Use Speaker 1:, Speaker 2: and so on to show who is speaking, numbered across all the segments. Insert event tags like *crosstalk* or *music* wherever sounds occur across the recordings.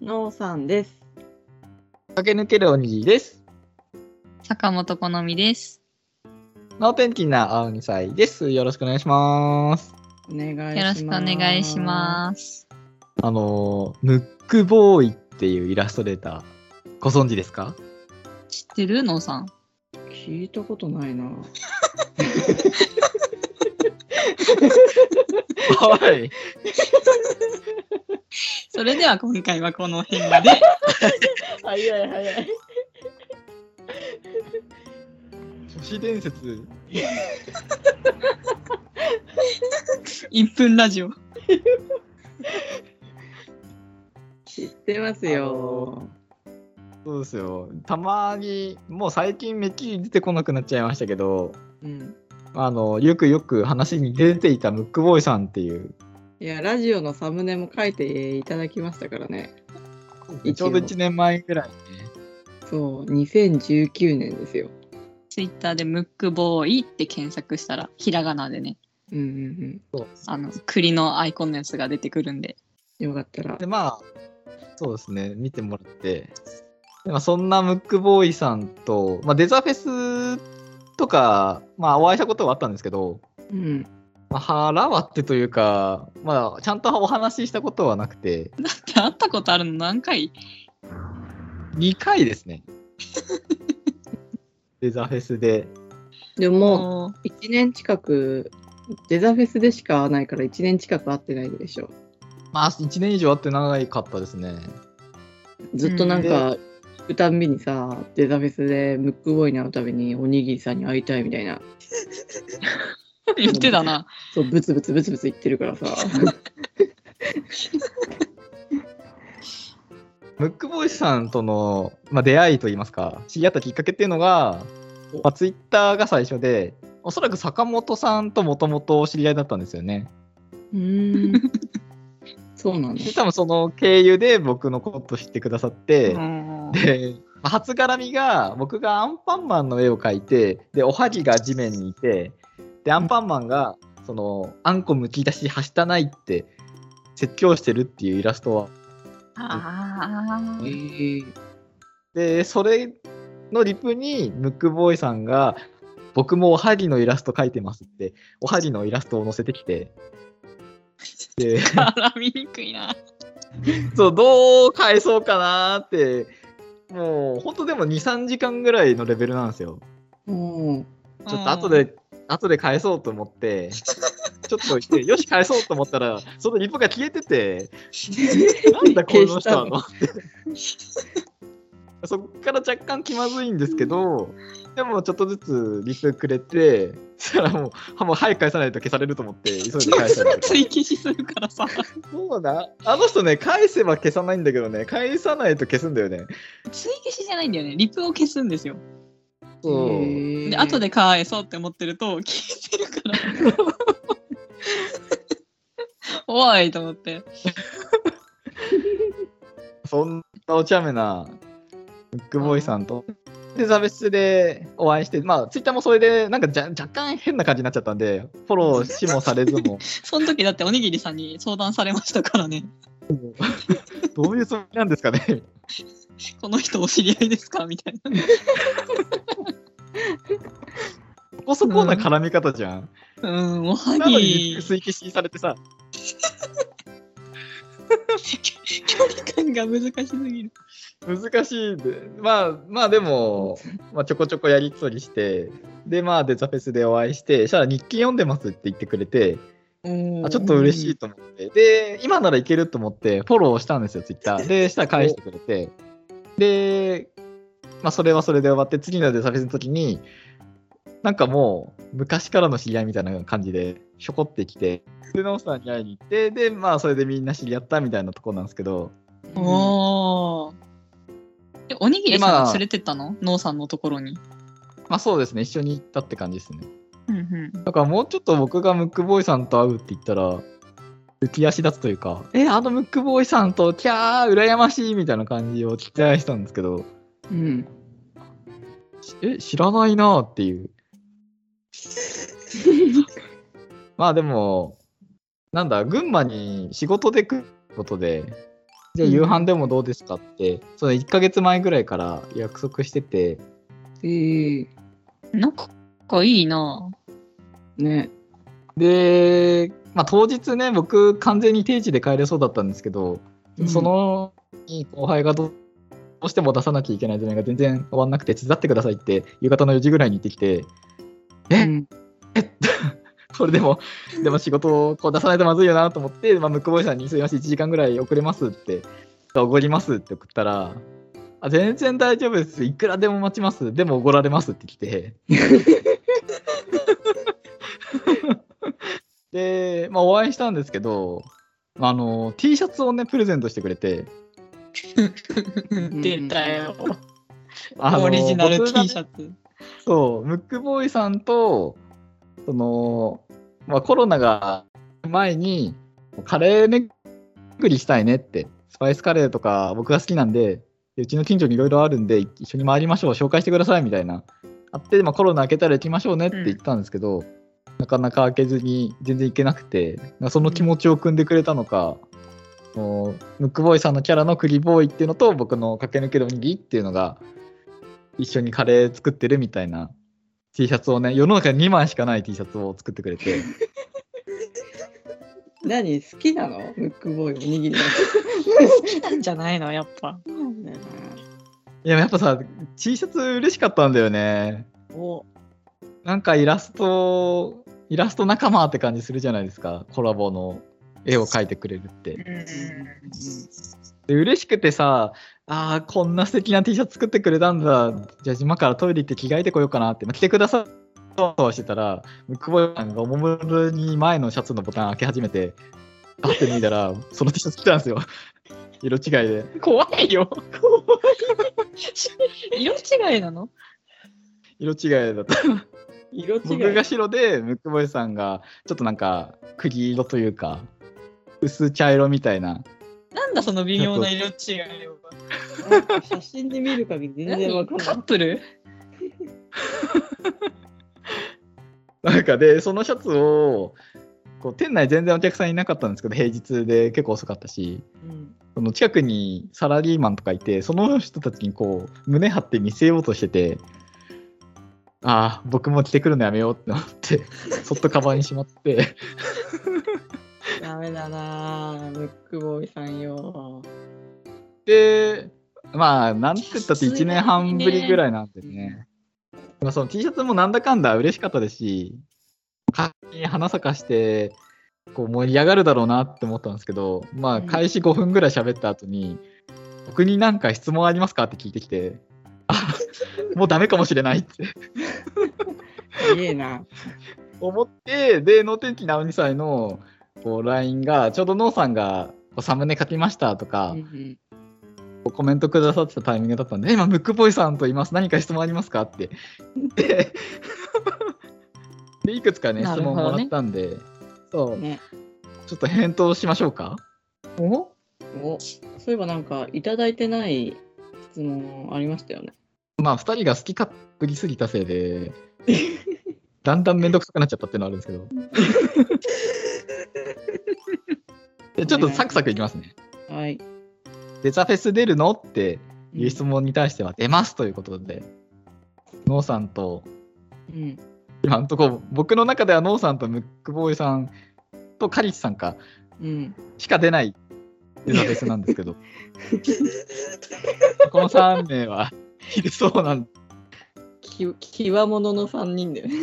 Speaker 1: のうさんです。
Speaker 2: 駆け抜けるおにぎりです。
Speaker 3: 坂本好みです。
Speaker 2: 脳天気な青二歳です。よろしくお願いします。
Speaker 1: お願いしま
Speaker 3: よ
Speaker 1: す。
Speaker 3: ろしくお願いします。
Speaker 2: あのー、ムックボーイっていうイラストレーター、ご存知ですか
Speaker 3: 知ってるのうさん。
Speaker 1: 聞いたことないな。
Speaker 2: *laughs* はい。
Speaker 3: それでは今回はこの辺で。
Speaker 1: 早い早い。
Speaker 2: 都市伝説。
Speaker 3: 1分ラジオ。
Speaker 1: 知ってますよ。
Speaker 2: そうですよ。たまに、もう最近めっきり出てこなくなっちゃいましたけど、
Speaker 1: うん。
Speaker 2: あの、よくよく話に出ていたムックボーイさんっていう、
Speaker 1: いや、ラジオのサムネも書いていただきましたからね。一応
Speaker 2: ちょうど1年前ぐらいね。
Speaker 1: そう、2019年ですよ。
Speaker 3: ツイッターでムックボーイって検索したら、ひらがなでね、
Speaker 1: うんうん
Speaker 3: あの、栗のアイコンのやつが出てくるんで。
Speaker 1: うん。よかったら
Speaker 2: で。まあそうですね見てもらってで、まあ、そんなムックボーイさんと、まあ、デザフェスとか、まあ、お会いしたことはあったんですけど、
Speaker 1: うん。
Speaker 2: まあ、腹割ってというか、まあ、ちゃんとお話ししたことはなくて
Speaker 3: 会ったことあるの何回
Speaker 2: 2回ですねデザフェスで
Speaker 1: でもも
Speaker 3: も
Speaker 1: う1年近く、デザフェスでしか会わないから1年近く会ってないでしょ。
Speaker 2: まあ1年以上会って長かったですね
Speaker 1: ずっとなんか、行くたんびにさ、デザフェスでムックボーイに会うたびにおにぎりさんに会いたいみたいな、
Speaker 3: う言ってたな。
Speaker 1: そう、ブツブツブツブツ言ってるからさ。
Speaker 2: ムックボーイさんとの、まあ、出会いといいますか知り合ったきっかけっていうのが、まあ、ツイッターが最初でおそらく坂本さんともともと知り合いだったんですよね
Speaker 1: う *laughs* ーん。そうなんだ
Speaker 2: で。多分その経由で僕のこと知ってくださって、
Speaker 3: うん
Speaker 2: で、まあ初絡みが僕がアンパンマンの絵を描いてでおはぎが地面にいてでアンパンマンがそのあんこむき出しはしたないって説教してるっていうイラストは
Speaker 3: あ
Speaker 1: え
Speaker 3: ー
Speaker 1: ー、
Speaker 2: で、それのリプに、ムックボーイさんが、僕もおはぎのイラスト描いてますって、おはぎのイラストを載せてきて、で、 *laughs*
Speaker 3: 絡みにくいな。
Speaker 2: そう、どう返そうかなーって、もう、ほんとでも2、3時間ぐらいのレベルなんですよ。
Speaker 1: おー
Speaker 2: ちょっと後で、後で返そうと思って、ちょっと言って、よし、返そうと思ったら、そのリプが消えてて、なんだこの人はと思ってそっから若干気まずいんですけど、でもちょっとずつリプくれて、そしたらもう、はもう早く返さないと消されると思って、急いで返したりとか
Speaker 3: *laughs* 追記しするからさ。 *laughs*
Speaker 2: そうだ、あの人ね、返せば消さないんだけどね、返さないと消すんだよね。
Speaker 3: 追記しじゃないんだよね。リプを消すんですよ。
Speaker 2: そう
Speaker 1: へー
Speaker 3: で、後で返そうって思ってると、消えてるから。おいと思って。
Speaker 2: そんなお茶目なブックボーイさんと。で、ザベスでお会いして、まあ、ツイッターもそれで、なんかじゃ若干変な感じになっちゃったんで、フォローしもされずも、
Speaker 3: その時だっておにぎりさんに相談されましたからね。
Speaker 2: どういうつもりなんですかね。
Speaker 3: この人お知り合いですかみたいな。
Speaker 2: そこそこな絡み方じゃん。
Speaker 3: うん、おは
Speaker 2: なのに
Speaker 3: ぎ、
Speaker 2: 推消しされてさ、
Speaker 3: 距離感が難しすぎる。
Speaker 2: 難しいんで、まあ、まあでも、まあ、ちょこちょこやりとりして、で、まあ、デザフェスでお会いして、したら日記読んでますって言ってくれて、あちょっと嬉しいと思って、で、今ならいけると思って、フォローしたんですよ、ツイッター。で、したら返してくれて、で、まあ、それはそれで終わって、次のデザフェスの時に、なんかもう、昔からの知り合いみたいな感じで、ひょこってきて、で、ノーさんに会いに行って、で、まあ、それでみんな知り合ったみたいなとこなんですけど、
Speaker 1: うん
Speaker 3: おーえおにぎりさん
Speaker 2: 今
Speaker 3: が連れてったのノーさんのところに。
Speaker 2: まあそうですね、一緒に行ったって感じですね。
Speaker 3: うんうん。
Speaker 2: だからもうちょっと僕がムックボーイさんと会うって言ったら、浮き足立つというか、え、あのムックボーイさんと、キャー、羨ましいみたいな感じを期待したんですけど、
Speaker 1: うん。
Speaker 2: しえ、知らないなーって *laughs* いう。まあでも、なんだ、群馬に仕事で来ることで、じゃあ夕飯でもどうですかって、その1ヶ月前ぐらいから約束してて、
Speaker 1: ええ
Speaker 4: 仲いいな
Speaker 1: ね。
Speaker 2: で、まあ、当日ね、僕、完全に定時で帰れそうだったんですけど、
Speaker 1: うん
Speaker 2: その後輩がどうしても出さなきゃいけない図面が全然終わんなくて、手伝ってくださいって、夕方の4時ぐらいに行ってきて、え
Speaker 1: うん
Speaker 2: これでも、でも仕事をこう出さないとまずいよなと思って、まあ、ムックボーイさんにすみません、1時間ぐらい遅れますって、おごりますって送ったら、あ全然大丈夫です、いくらでも待ちます、でもおごられますって
Speaker 4: *laughs*
Speaker 2: 来て。で、まあ、お会いしたんですけど、まああの T シャツをね、プレゼントしてくれて、
Speaker 4: 出たよ
Speaker 2: あの
Speaker 4: オリジナル
Speaker 2: 僕
Speaker 4: T
Speaker 2: がね
Speaker 4: シャツ
Speaker 2: そう、ムックボーイさんと、その、まあ、コロナが前に、カレー巡りしたいねって、スパイスカレーとか僕が好きなんで、でうちの近所にいろいろあるんで、一緒に回りましょう、紹介してくださいみたいな。あって、まあ、コロナ明けたら行きましょうねって言ったんですけど、なかなか開けずに全然行けなくて、その気持ちを汲んでくれたのか、そのムックボーイさんのキャラのクリボーイっていうのと、僕の駆け抜けるおにぎりっていうのが、一緒にカレー作ってるみたいな T シャツをね世の中に2枚しかない T シャツを作ってくれて
Speaker 1: 何好きなのムックボーイお
Speaker 2: *laughs*
Speaker 1: にぎりの。
Speaker 4: なんじゃないのやっぱ
Speaker 2: いややっぱさ T シャツ嬉しかったんだよね
Speaker 1: お
Speaker 2: なんかイラストイラスト仲間って感じするじゃないですかコラボの絵を描いてくれるってで嬉しくてさあーこんな素敵な T シャツ作ってくれたんだじゃあ今からトイレ行って着替えてこようかなって、まあ、着てくださそうしてたら久保さんがおもむろに前のシャツのボタン開け始めてあって脱いだらその T シャツ着たんですよ色違いで
Speaker 4: 怖い
Speaker 3: *laughs*
Speaker 4: よ色違いなの
Speaker 2: 色違いだった
Speaker 1: 色違い。
Speaker 2: 僕が白でムックボーイさんがちょっとなんか栗色というか薄茶色みたいな
Speaker 4: なんだその微妙な色違いよ
Speaker 1: なんか写真で見る限り全然わ
Speaker 4: 何
Speaker 1: か
Speaker 4: カッ。
Speaker 1: んない
Speaker 2: *laughs*
Speaker 4: プル
Speaker 2: なんかでそのシャツをこう店内全然お客さんいなかったんですけど平日で結構遅かったし
Speaker 1: うん
Speaker 2: その近くにサラリーマンとかいてその人たちにこう胸張って見せようとしててああ僕も着てくるのやめようってなってそっとカバンにしまって
Speaker 1: ダメだなぁ、ムックボーイさんよ。
Speaker 2: で、まあ、なんて言ったって1年半ぶりぐらいなんですね。まあ、その T シャツもなんだかんだ嬉しかったですし、か花咲かして、こう盛り上がるだろうなって思ったんですけど、まあ、
Speaker 1: うん
Speaker 2: 開始5分ぐらい喋った後に、僕になんか質問ありますかって聞いてきて、あもうダメかもしれないって
Speaker 1: すげえな。
Speaker 2: 思って、で、能天気なおにさいのこう LINE が、ちょうどノーさんがこうサムネ書きましたとか、
Speaker 1: うん
Speaker 2: コメントくださってたタイミングだったんで、え今、ムックボーイさんといます、何か質問ありますかって。で、でいくつかね、
Speaker 4: な
Speaker 2: 質
Speaker 4: るほ
Speaker 2: 問
Speaker 4: ど
Speaker 2: も
Speaker 4: ね
Speaker 2: らったんで、そ
Speaker 1: うん
Speaker 2: う、
Speaker 1: ね。
Speaker 2: ちょっと返答しましょうか。お
Speaker 1: お、そういえばなんか、いただいてない質問ありましたよね。
Speaker 2: まあ、2人が好き勝手りすぎたせいで、だんだんめんどくさくなっちゃったっていうのはあるんですけど。でちょっとサクサクいきますね。
Speaker 1: はい。
Speaker 2: デザフェス出るのっていう質問に対しては出ますということで、ノーさんと
Speaker 1: うん。
Speaker 2: 今んとこ僕の中ではノーさんとムックボーイさんとカリチさんか
Speaker 1: うん。
Speaker 2: しか出ないデザベースなんですけどこの3名は入れそうなんで
Speaker 1: き、きわものの3人だよね。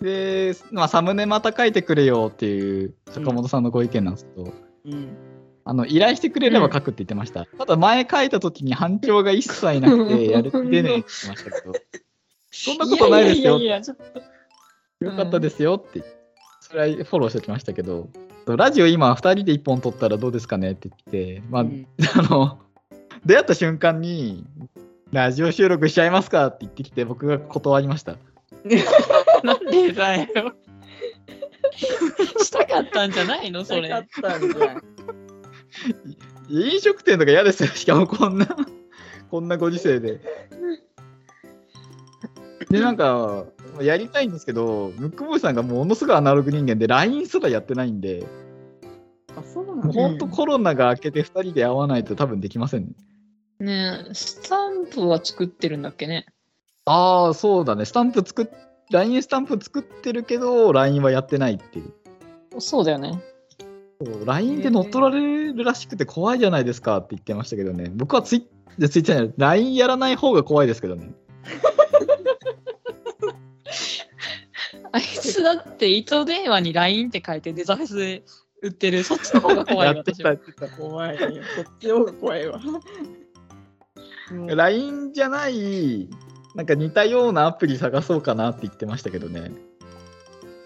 Speaker 2: で、まあ、サムネまた書いてくれよっていう坂本さんのご意見なんですけど、
Speaker 1: うん。
Speaker 2: あの依頼してくれれば書くって言ってました、ただ前書いた時に反響が一切なくてやる気出ねえって言ってましたけどそんなことないですよ
Speaker 4: やいやいやちょっと
Speaker 2: よかったですよって、それはフォローしてきましたけど、ラジオ今、2人で1本撮ったらどうですかねって言って、まあ、
Speaker 1: うん
Speaker 2: あの、出会った瞬間に、ラジオ収録しちゃいますかって言ってきて、僕が断りました。
Speaker 4: なんでだよしたかったんじゃないのそれ
Speaker 1: なかったんじゃん。
Speaker 2: 飲食店とか嫌ですよ、 *laughs* しかもこんな、こんなご時世で。で、なんか、やりたいんですけど、ムックボーイさんがものすごいアナログ人間で、LINE すらやってないんで、
Speaker 1: あそうな
Speaker 2: も
Speaker 1: んだ。
Speaker 2: うほんとコロナが明けて2人で会わないと多分できませんね。
Speaker 3: ねえスタンプは作ってるんだっけね
Speaker 2: ああ、そうだね。スタンプ作っ、LINE スタンプ作ってるけど、LINE はやってないっていう。
Speaker 3: そうだよね
Speaker 2: そう LINE で乗っ取られるらしくて怖いじゃないですかって言ってましたけどね。僕はツイッでツイッターじゃない、LINE やらない方が怖いですけどね。
Speaker 3: あいつだって糸電話に LINE って書いてデザフェスで売ってるそっちの方が怖い
Speaker 2: や
Speaker 3: よ
Speaker 2: ってた、やってた。
Speaker 1: 怖いよ。こっちの方が怖いわ。
Speaker 2: LINE じゃない、なんか似たようなアプリ探そうかなって言ってましたけどね。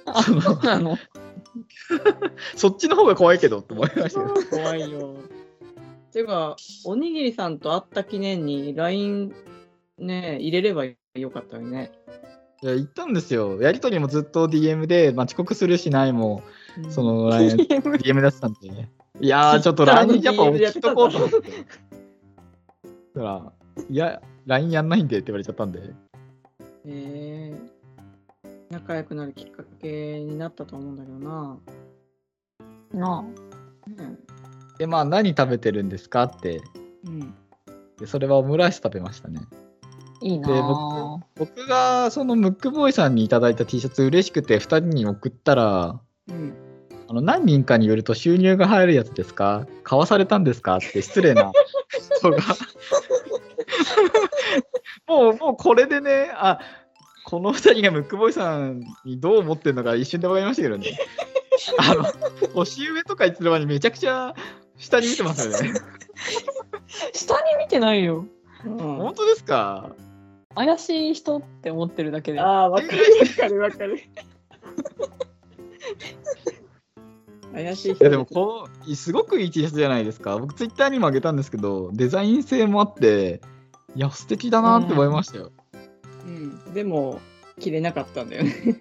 Speaker 3: あそうなの
Speaker 2: *laughs* そっちの方が怖いけどって思いましたけど。
Speaker 1: 怖いよ。てか、おにぎりさんと会った記念に LINE ね、入れればよかったよね。
Speaker 2: いや、言ったんですよ。やりとりもずっと DM で、まあ、遅刻するしないも、そ
Speaker 1: うん、
Speaker 2: の
Speaker 3: *laughs*
Speaker 2: LINE、DM 出したんでね。いやー、ちょっと LINE やっぱ置いとこうと思って。そしたら、いや、LINE やんないんでって言われちゃったんで。
Speaker 1: *laughs* えー仲良くなるきっかけになったと思うんだけどな。
Speaker 3: な
Speaker 1: うん
Speaker 2: で、まあ、何食べてるんですかって。
Speaker 1: うん。
Speaker 2: でそれはオムライス食べましたね。
Speaker 3: あいいな
Speaker 2: で
Speaker 3: あ
Speaker 2: 僕がそのムックボーイさんにいただいた T シャツ嬉しくて2人に送ったら
Speaker 1: うん。
Speaker 2: あの何人かによると収入が入るやつですか買わされたんですかって失礼な人がもうもうこれでねあこの2人がムックボーイさんにどう思ってるのか一瞬で分かりましたけどねあの年上とか言ってる間にめちゃくちゃ下に見てますよね
Speaker 3: 下に見てないよ
Speaker 1: うん
Speaker 2: 本当ですか
Speaker 3: 怪しい人って思ってるだけで
Speaker 1: ああ、わかるわかるわかる。怪しい
Speaker 2: い
Speaker 1: 人
Speaker 2: やでもこのすごくいい T シャツじゃないですか僕ツイッターにもあげたんですけどデザイン性もあっていや素敵だなって思いましたよ、
Speaker 1: うん、でも、着れなかったんだよね。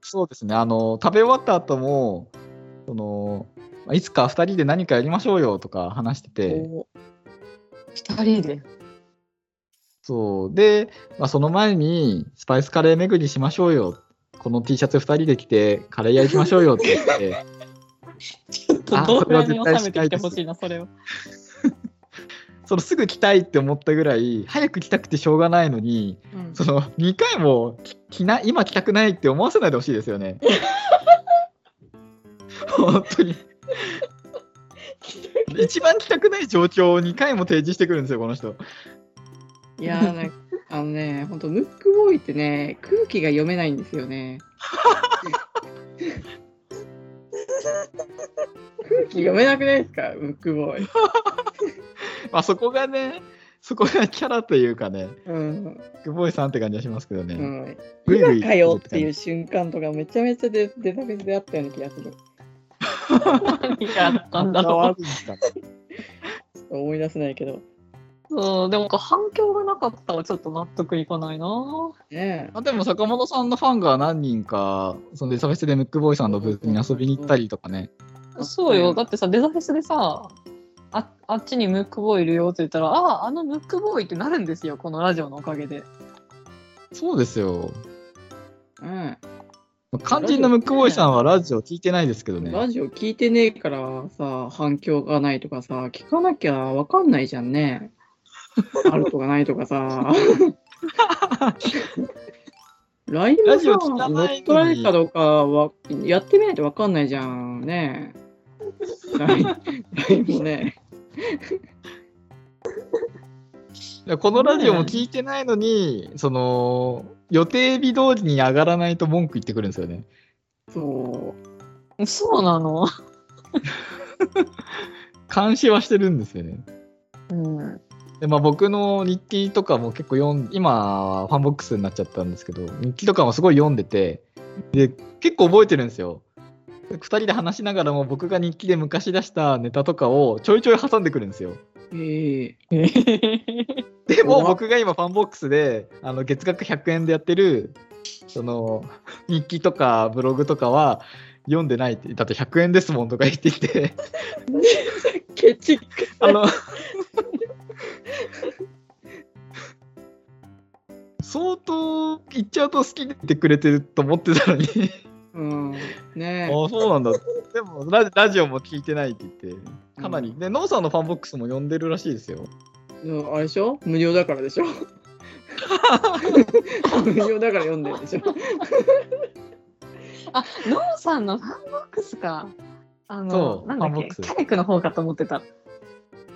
Speaker 2: そうですねあの食べ終わった後もそのまあいつか2人で何かやりましょうよとか話してて
Speaker 1: お
Speaker 3: 二人で
Speaker 2: そうで、まあ、その前にスパイスカレー巡りしましょうよこの T シャツ2人で着てカレー焼きましょうよって言って
Speaker 3: ちょっと
Speaker 2: あ
Speaker 3: 動
Speaker 2: それは
Speaker 3: 画に
Speaker 2: 絶
Speaker 3: 収
Speaker 2: 対
Speaker 3: めてきてほしいなそ *laughs* れを
Speaker 2: そのすぐ着たいって思ったぐらい早く着たくてしょうがないのに
Speaker 1: うん
Speaker 2: その2回もき着な今着たくないって思わせないでほしいです
Speaker 1: *laughs*
Speaker 2: よね。本当に一番着たくない状況を2回も提示してくるんですよこの人。
Speaker 1: いやーなんかあのね、本当ムックボーイってね、空気が読めないんですよね。空気読めなくないですか、ムックボーイ。
Speaker 2: まあそこがねそこがキャラというかね
Speaker 1: うん、
Speaker 2: グボーイさんって感じがしますけどね。
Speaker 1: うん。
Speaker 2: ぐいぐい
Speaker 1: 今かよっていう瞬間とか、めちゃめちゃデデザフェスであったような気がする。ち
Speaker 3: 何があったんだ
Speaker 2: 仲
Speaker 3: ろ
Speaker 2: 悪いんだ
Speaker 1: ょっと思い出せないけど。
Speaker 3: うそうでもこう反響がなかったはちょっと納得いかないな
Speaker 1: ね
Speaker 2: あでも坂本さんのファンが何人かそのデサフェスでムックボーイさんのブースに遊びに行ったりとかね。
Speaker 1: あ
Speaker 3: そう
Speaker 1: う
Speaker 3: よ。
Speaker 1: ん
Speaker 3: だってさ、デザフェスでさ、ああっちにムックボーイいるよって言ったら、ああ、あのムックボーイってなるんですよ、このラジオのおかげで。
Speaker 2: そうですよ。
Speaker 1: え。う
Speaker 2: 肝心のムックボーイさんはラジオ聞いてないですけど
Speaker 1: ん。
Speaker 2: ね。
Speaker 1: ラジオ聞いてねえからさ、反響がないとかさ、聞かなきゃわかんないじゃん
Speaker 2: *laughs*
Speaker 1: ね。あるとかないとかさ。LINE
Speaker 2: ラ
Speaker 1: も
Speaker 2: ジ
Speaker 1: さ
Speaker 2: オ聞
Speaker 1: 乗
Speaker 2: かな
Speaker 1: っ
Speaker 2: いのに
Speaker 1: 取られるかどうかはやってみないと分かんないじゃんね。LINE もね。
Speaker 2: いやこのラジオも聞いてないのに、その予定日通りに上がらないと文句言ってくるんですよね。
Speaker 1: そ
Speaker 3: そうなの。
Speaker 2: 監視はしてるんですよね。
Speaker 3: うん。
Speaker 2: でまあ、僕の日記とかも結構読ん今ファンボックスになっちゃったんですけど日記とかもすごい読んでてで結構覚えてるんですよ。2人で話しながらも僕が日記で昔出したネタとかをちょいちょい挟んでくるんですよ。
Speaker 1: う。ええ
Speaker 2: でも
Speaker 1: 怖っ
Speaker 2: 僕が今ファンボックスであの月額100円でやってるその日記とかブログとかは読んでないってだって100円ですもんとか言っていて
Speaker 1: ケチく
Speaker 2: *laughs* あの相当言っちゃうと好きで言ってくれてると思ってたのに
Speaker 1: うん。
Speaker 2: あ
Speaker 1: ね
Speaker 2: そうなんだでもラジラジオも聞いてないって言って、かなり。で、ノーさんのファンボックスも呼んでるらしいですよ。
Speaker 1: うんあれでしょ無料だからで
Speaker 2: *laughs*
Speaker 1: しょ無料だから読んでるでしょ
Speaker 3: あ、ノーさんのファンボックスか。あ
Speaker 2: そ
Speaker 3: の、
Speaker 2: う
Speaker 3: なんだ
Speaker 2: ファ
Speaker 3: っ
Speaker 2: ンボ
Speaker 3: け、
Speaker 2: ック
Speaker 3: キ
Speaker 2: ス
Speaker 3: ャレクの方かと思ってた。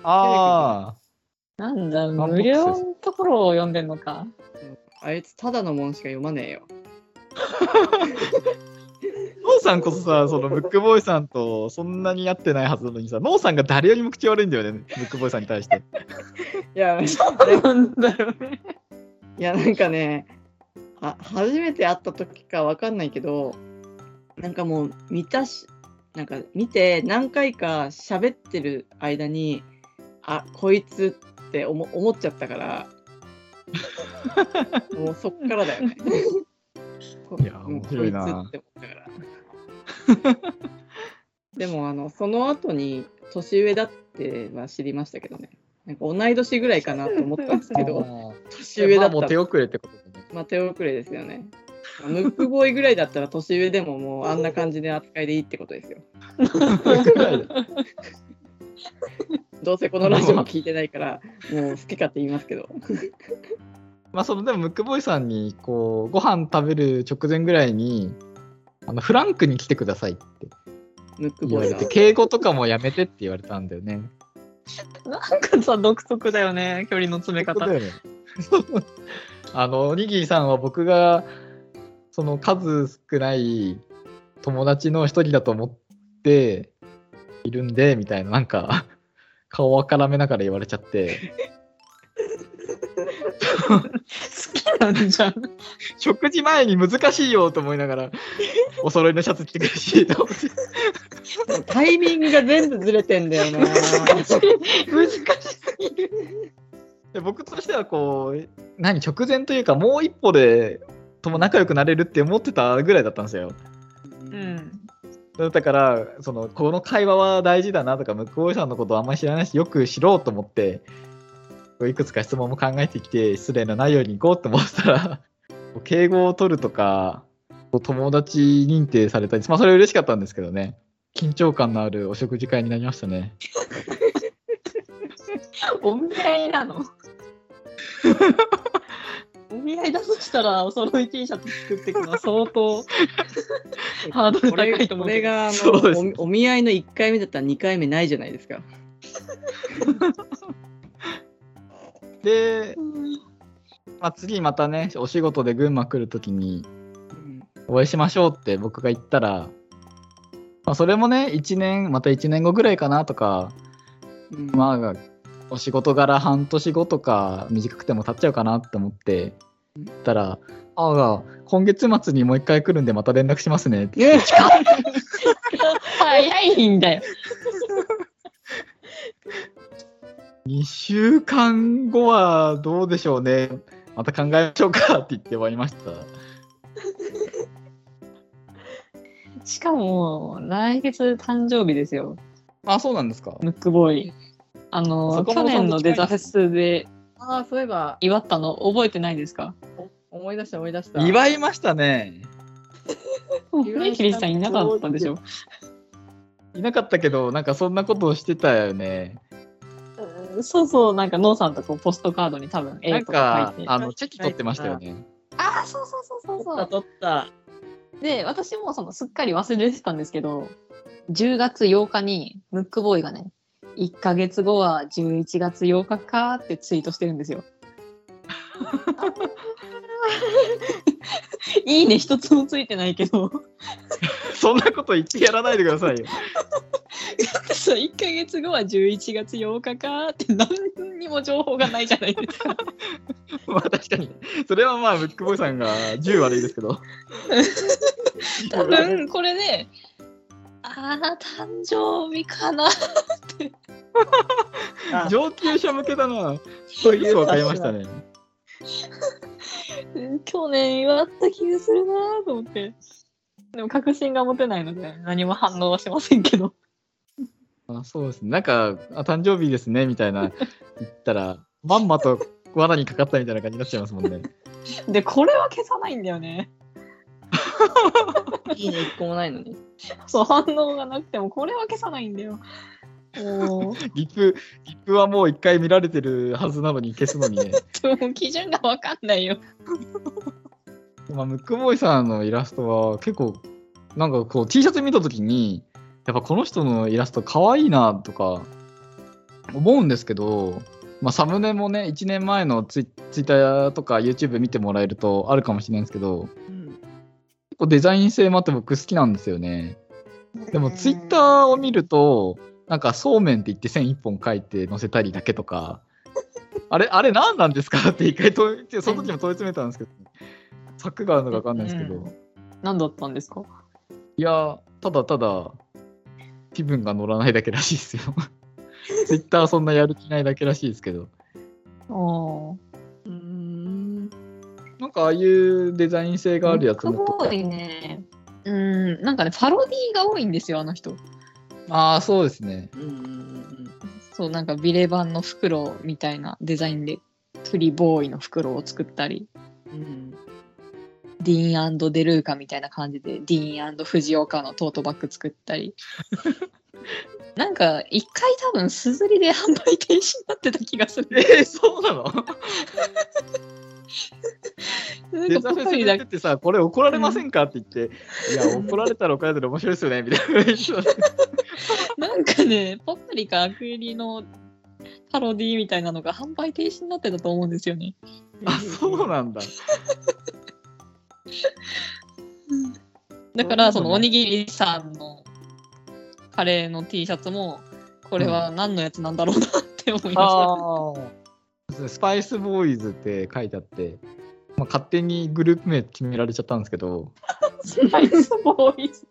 Speaker 2: あ
Speaker 3: なんだ、
Speaker 2: ボックス
Speaker 3: 無料のところを読んでんのか。
Speaker 1: あいつただのもんしか読まねえよ
Speaker 2: あ。ノーさんこそさ、そのブックボーイさんとそんなにやってないはずなのにさ、ノーさんが誰よりも口悪いんだよね、ブックボーイさんに対して。
Speaker 1: い
Speaker 2: *laughs*
Speaker 1: や
Speaker 3: なんだろうね。
Speaker 1: いやなんかねあ初めて会った時かわかんないけどなんかもう見たしなんか見て何回か喋ってる間にあこいつって思思っちゃったから
Speaker 2: *laughs*
Speaker 1: もうそっからだよね。
Speaker 2: いや面白い
Speaker 1: う
Speaker 2: な
Speaker 1: んこいつって思ったからでもあのその後に年上だっては知りましたけどねなんか同い年ぐらいかなと思ったんですけど年上だ
Speaker 2: まあ
Speaker 1: った
Speaker 2: も
Speaker 1: ん
Speaker 2: う
Speaker 1: だ
Speaker 2: 手遅れってことでね。
Speaker 1: まあ、手遅れですよね。まあムックボーイぐらいだったら年上でももうあんな感じで扱いでいいってことですよ。どうせこのラジオも聞いてないから、もう好き勝手言いますけど。
Speaker 2: *laughs* まあそのでもムックボーイさんにこうご飯食べる直前ぐらいにあのフランクに来てくださいって
Speaker 1: ムック
Speaker 2: 言
Speaker 1: ボ
Speaker 2: わ
Speaker 1: ーイ
Speaker 2: れ
Speaker 1: さ
Speaker 2: て敬語とかもやめてって言われたんだよね。
Speaker 3: なんかさ、独特だよね、距離の詰め
Speaker 2: そ
Speaker 3: 方
Speaker 2: う。だよね *laughs* あのおにぎりさんは僕がその数少ない友達の一人だと思っているんでみたいななんか顔をからめながら言われちゃって
Speaker 3: 好きなんじゃん。
Speaker 2: *laughs* 食事前に難しいよと思いな *laughs* がらお揃いのシャツ着てくるしと思って
Speaker 1: ん。タイミングが全部ずれてんだよな。
Speaker 3: 難しい。
Speaker 2: で僕としてはこう何直前というかもう一歩でとも仲良くなれるって思ってたぐらいだったんですよ
Speaker 3: うん。
Speaker 2: だからそのこの会話は大事だなとか向こうさんのことをあんまり知らないしよく知ろうと思ってこういくつか質問も考えてきて失礼のないように行こうと思ってたらこう敬語を取るとかこう友達認定されたり、まあ、それは嬉しかったんですけどね緊張感のあるお食事会になりましたね。
Speaker 3: お見合いなのお見合いだとしたら、お揃い T シャツ作っていく *laughs* のは相当ハードル
Speaker 1: こ
Speaker 3: 高
Speaker 1: れ
Speaker 3: いと思
Speaker 1: こ
Speaker 3: うけ
Speaker 1: れ
Speaker 3: ど。
Speaker 1: があ
Speaker 2: そうです
Speaker 1: のおお見合いの1回目だったら2回目ないじゃないですか。
Speaker 2: で、
Speaker 3: うん
Speaker 2: まあ、次またねお仕事で群馬来る時に
Speaker 1: うん
Speaker 2: お会いしましょうって僕が言ったら、まあ、それもね1年また1年後ぐらいかなとか
Speaker 1: うん
Speaker 2: まあお仕事柄半年後とか短くても経っちゃうかなって思って
Speaker 1: うん
Speaker 2: 言ったら「ああ今月末にもう一回来るんでまた連絡しますね」って
Speaker 1: ね
Speaker 3: 早いんだよ。
Speaker 2: 2週間後はどうでしょうねまた考えましょうかって言って終わりました
Speaker 3: しかも、来月誕生日ですよ、
Speaker 2: あそうなんですか
Speaker 3: ムックボーイ。あの、
Speaker 2: そこも
Speaker 3: 去年のデザフェスで
Speaker 1: ああ、そういえば
Speaker 3: 祝ったの覚えてないですか
Speaker 1: 思い出した思い出した。
Speaker 2: 祝いましたね
Speaker 1: 祝い
Speaker 3: キリさんいなかったでしょ。
Speaker 2: いなかったけどなんかそんなことをしてたよね
Speaker 3: うんそうそう、なんか、ノーさんとこうポストカードに多分
Speaker 2: な
Speaker 3: A
Speaker 2: ん
Speaker 3: とか
Speaker 2: か
Speaker 3: 書いて。
Speaker 2: あのチェキ取ってましたよね
Speaker 3: ああ、そうそうそうそうそう。
Speaker 1: 取った。
Speaker 3: で、私もそのすっかり忘れてたんですけど、10月8日にムックボーイがね、1ヶ月後は11月8日かってツイートしてるんです *laughs* よ。いいね、一つもついてないけど、 *laughs* だ
Speaker 2: そんなこと言ってやらないでくださいよ
Speaker 3: ってさ、1ヶ月後は11月8日かって何にも情報がないじゃないですか。
Speaker 2: まあ確かに。それはまあ、ブックボーイさんが10悪いですけど。
Speaker 3: *laughs* 多分これで、ああ、誕生日かな。
Speaker 1: あ
Speaker 2: 上級者向けだな。そういうわかりましたね。
Speaker 3: 去年祝った気がするなぁと思って。でも確信が持てないので何も反応はしませんけど。
Speaker 2: あそうですね。なんか、あ誕生日ですね、みたいな言ったら、まんまと罠にかかったみたいな感じになっちゃいますもんね。
Speaker 3: で、これは消さないんだよね。
Speaker 1: いいね、一個もないのに。
Speaker 3: そう、反応がなくても、これは消さないんだよ。もう、
Speaker 2: リプ、リプはもう一回見られてるはずなのに消すのにね。
Speaker 3: でも基準がわかんないよ。
Speaker 2: まあ、ムックボーイさんのイラストは結構、なんかこう T シャツ見たときに、やっぱこの人のイラスト可愛いなとか思うんですけど、まあ、サムネもね、1年前のツイツイッターとか YouTube 見てもらえるとあるかもしれないんですけど、
Speaker 1: うん、
Speaker 2: 結構デザイン性もあって僕好きなんですよね。でもツイッターを見ると、なんかそうめんって言って線一本書いて載せたりだけとか、あれ、あれ何なんですかって一回問い、その時も問い詰めたんですけど、策があるのか分かんないですけど、
Speaker 3: うん何だったんですか
Speaker 2: いや、ただただ気分が乗らないだけらしいですよ。 *laughs* ツイッターはそんなやる気ないだけらしいですけど、
Speaker 3: あ
Speaker 1: う
Speaker 3: あ。
Speaker 1: ーん。
Speaker 2: なんかああいうデザイン性があるやつ
Speaker 3: ムック
Speaker 2: も。
Speaker 3: ボーイね。うん、なんかね、パロディーが多いんですよ、あの人。
Speaker 2: ああ、そうですね。
Speaker 1: うんうんうん
Speaker 3: そう、なんかビレ版の袋みたいなデザインで、トゥリボーイの袋を作ったり、
Speaker 1: うんうん。
Speaker 3: ディーンデルーカみたいな感じで、ディーン藤岡のトートバッグ作っ
Speaker 2: *laughs*
Speaker 3: たり。なんか、一回多分、すずりで販売停止になってた気がする。
Speaker 2: えー、そうな *laughs* の
Speaker 3: な
Speaker 2: デ
Speaker 3: ん
Speaker 2: ザフ
Speaker 3: かポ
Speaker 2: ェス
Speaker 3: カリ
Speaker 2: に
Speaker 3: だ
Speaker 2: 出
Speaker 3: け
Speaker 2: てさ、これ怒られませんかって言って、いや、怒られたら怒られたら面白いですよね、みたい *laughs* な。
Speaker 3: なんかね、ポカリかアクエリのパロディみたいなのが販売停止になってたと思うんですよね。
Speaker 2: あ、そうなんだ。
Speaker 3: だから、
Speaker 2: そ
Speaker 3: そ
Speaker 2: い
Speaker 3: う
Speaker 2: うことね
Speaker 3: のおにぎりさんのカレーの T シャツも、これは何のやつなんだろうなって思いました。
Speaker 2: あ。スパイスボーイズって書いてあって、まあ、勝手にグループ名決められちゃったんですけど、
Speaker 3: スパイスボーイズ。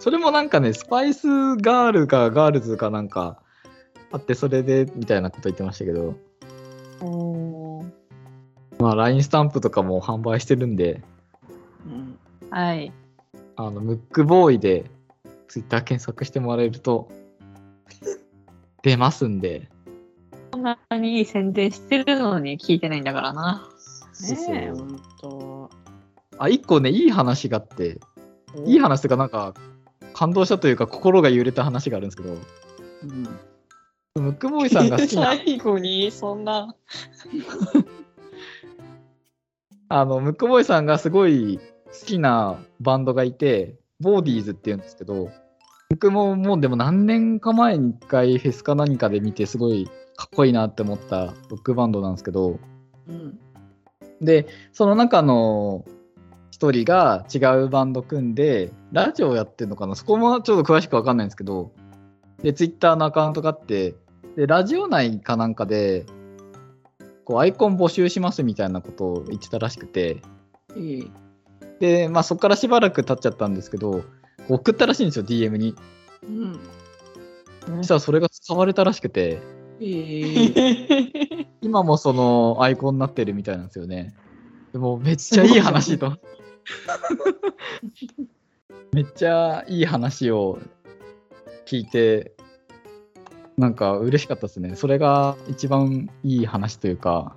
Speaker 2: それもなんかね、スパイスガールかガールズかなんかあって、それでみたいなこと言ってましたけど、まあ、LINE スタンプとかも販売してるんで、
Speaker 1: うん
Speaker 3: はい。
Speaker 2: あの、ムックボーイで Twitter 検索してもらえると、出ますんで。
Speaker 3: 他に宣伝してるのに聞いてないんだからな。
Speaker 2: そうそう
Speaker 1: ねえ、ほんと。
Speaker 2: あ、一個ね、いい話があって、いい話というか、なんか、感動したというか、心が揺れた話があるんですけ
Speaker 1: う
Speaker 2: ど、
Speaker 1: ん。
Speaker 2: ムックボーイさんが好きな、
Speaker 3: 最後にそんな。
Speaker 2: あの、ムックボーイさんがすごい好きなバンドがいて、ボーディーズっていうんですけど、僕ももうでも何年か前に一回フェスか何かで見て、すごいかっこいいなって思ったロックバンドなんですけど、
Speaker 1: うん。
Speaker 2: で、その中の一人が違うバンド組んで、ラジオやってるのかなそこもちょっと詳しくわかんないんですけど、で、ツイッターのアカウントがあって、で、ラジオ内かなんかで、こう、アイコン募集しますみたいなことを言ってたらしくて、
Speaker 1: いい。
Speaker 2: で、まあそこからしばらく経っちゃったんですけど、こう送ったらしいんですよ、DM に。
Speaker 1: うん。
Speaker 2: そしたらそれが使われたらしくて、
Speaker 1: い
Speaker 3: *laughs*
Speaker 1: い。
Speaker 2: 今もそのアイコンになってるみたいなんですよね。でもめっちゃいい話と。 *laughs* めっちゃいい話を聞いて、なんか嬉しかったですね。それが一番いい話というか、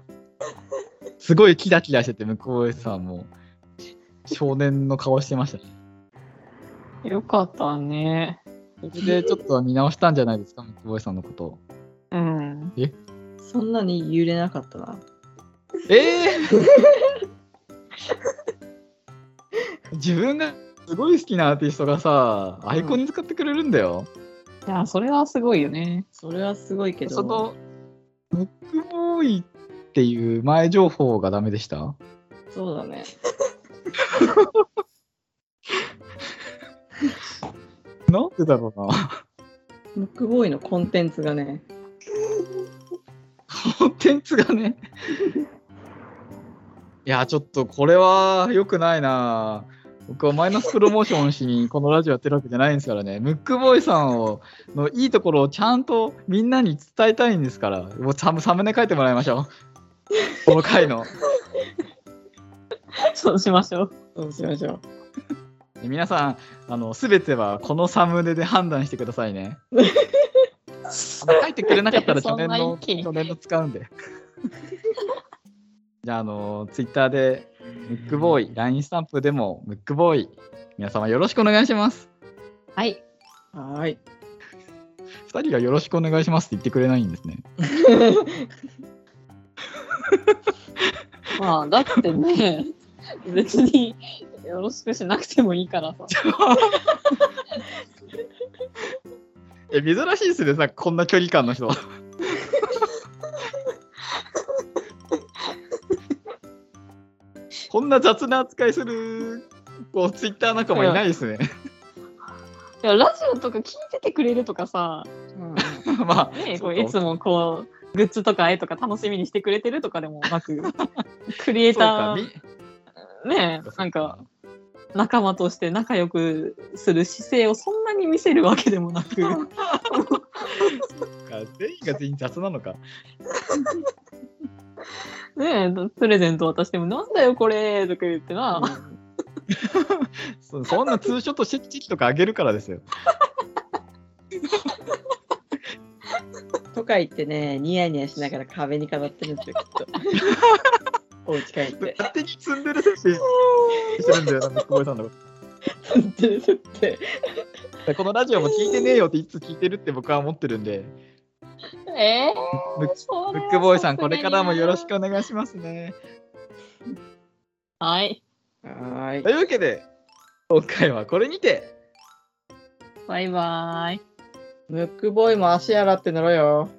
Speaker 2: すごいキラキラしてて、向こうさんも少年の顔してましたね。
Speaker 3: よかったね。
Speaker 2: それでちょっと見直したんじゃない *laughs* ですか、向こうさんのこと。
Speaker 3: うん。
Speaker 1: そんなに揺れなかったな。
Speaker 2: ええ自分がすごい好きなアーティストがさアイコンに使ってくれるんだよ、
Speaker 3: いや、それはすごいよね。
Speaker 1: それはすごいけど。
Speaker 2: そのムックボーイっていう前情報がダメでした
Speaker 1: そうだね。
Speaker 2: なんでだろうな
Speaker 1: ムックボーイのコンテンツがね。
Speaker 2: コンテンツがねいやちょっとこれは良くないな僕はマイナスプロモーションしにこのラジオやってるわけじゃないんですからねムックボーイさんをのいいところをちゃんとみんなに伝えたいんですからもうサムサムネ書いてもらいましょうこの回の
Speaker 3: そうしましょう。
Speaker 1: そうしましょ
Speaker 2: え皆さんあの全てはこのサムネで判断してください
Speaker 3: *laughs*
Speaker 2: ねあの書いてくれなかったら
Speaker 3: そ
Speaker 2: 去
Speaker 3: んな
Speaker 2: 年の
Speaker 3: 一気
Speaker 2: *laughs*
Speaker 3: に
Speaker 2: 去年の使うんでじゃああのツイッターでムックボーイ、LINE スタンプでもムックボーイ、皆様よろしくお願いします。
Speaker 3: はい。
Speaker 1: はーい。
Speaker 2: 2人がよろしくお願いしますって言ってくれないんですね。
Speaker 3: まあ、だってね、別によろしくしなくてもいいからさ。
Speaker 2: え、珍しいですね、さ、こんな距離感の
Speaker 3: *laughs*
Speaker 2: 人。こんな雑な扱いする、こう、ツイッター仲間いないですね。
Speaker 3: いや、ラジオとか聞いててくれるとかさ、
Speaker 1: うん
Speaker 2: *laughs* まあ、
Speaker 3: ね、
Speaker 2: そ
Speaker 3: こ
Speaker 2: う
Speaker 3: う
Speaker 2: か
Speaker 3: いつもこう、グッズとか絵とか楽しみにしてくれてるとかでも
Speaker 2: *laughs*
Speaker 3: なく、クリエイ
Speaker 2: そうか
Speaker 3: タ
Speaker 2: み
Speaker 3: ー、ね、なんか、仲間として仲良くする姿勢をそんなに見せるわけでもなく、
Speaker 2: そうか全員が全員雑なのか。
Speaker 3: ね、プレゼント渡しても、なんだよこれとか言ってな、
Speaker 2: そそんなツーショットシェッチキとかあげるからですよ。
Speaker 1: とか言ってね、ニヤニヤしながら壁に飾ってるんですよ、きっと。お家帰
Speaker 2: *laughs*
Speaker 1: って。
Speaker 2: 勝手に積んでる設定してるんだよな、ムックボーイさんのこと
Speaker 1: って。
Speaker 2: でこのラジオも聞いてねえよっていつ聞いてるって僕は思ってるんで、
Speaker 3: え
Speaker 2: ムッ
Speaker 3: ー、そ
Speaker 2: ム
Speaker 3: れ
Speaker 2: ッ
Speaker 3: は
Speaker 2: クボーイさん、これからもよろ
Speaker 3: さ
Speaker 2: し
Speaker 3: す
Speaker 2: くお願いしますね。
Speaker 3: がにな。はい。
Speaker 1: はー
Speaker 2: と
Speaker 1: い。
Speaker 2: いうわけで、今回はこれにて、
Speaker 3: バイバーイ。
Speaker 1: ムックボーイも足洗って乗ろうよ。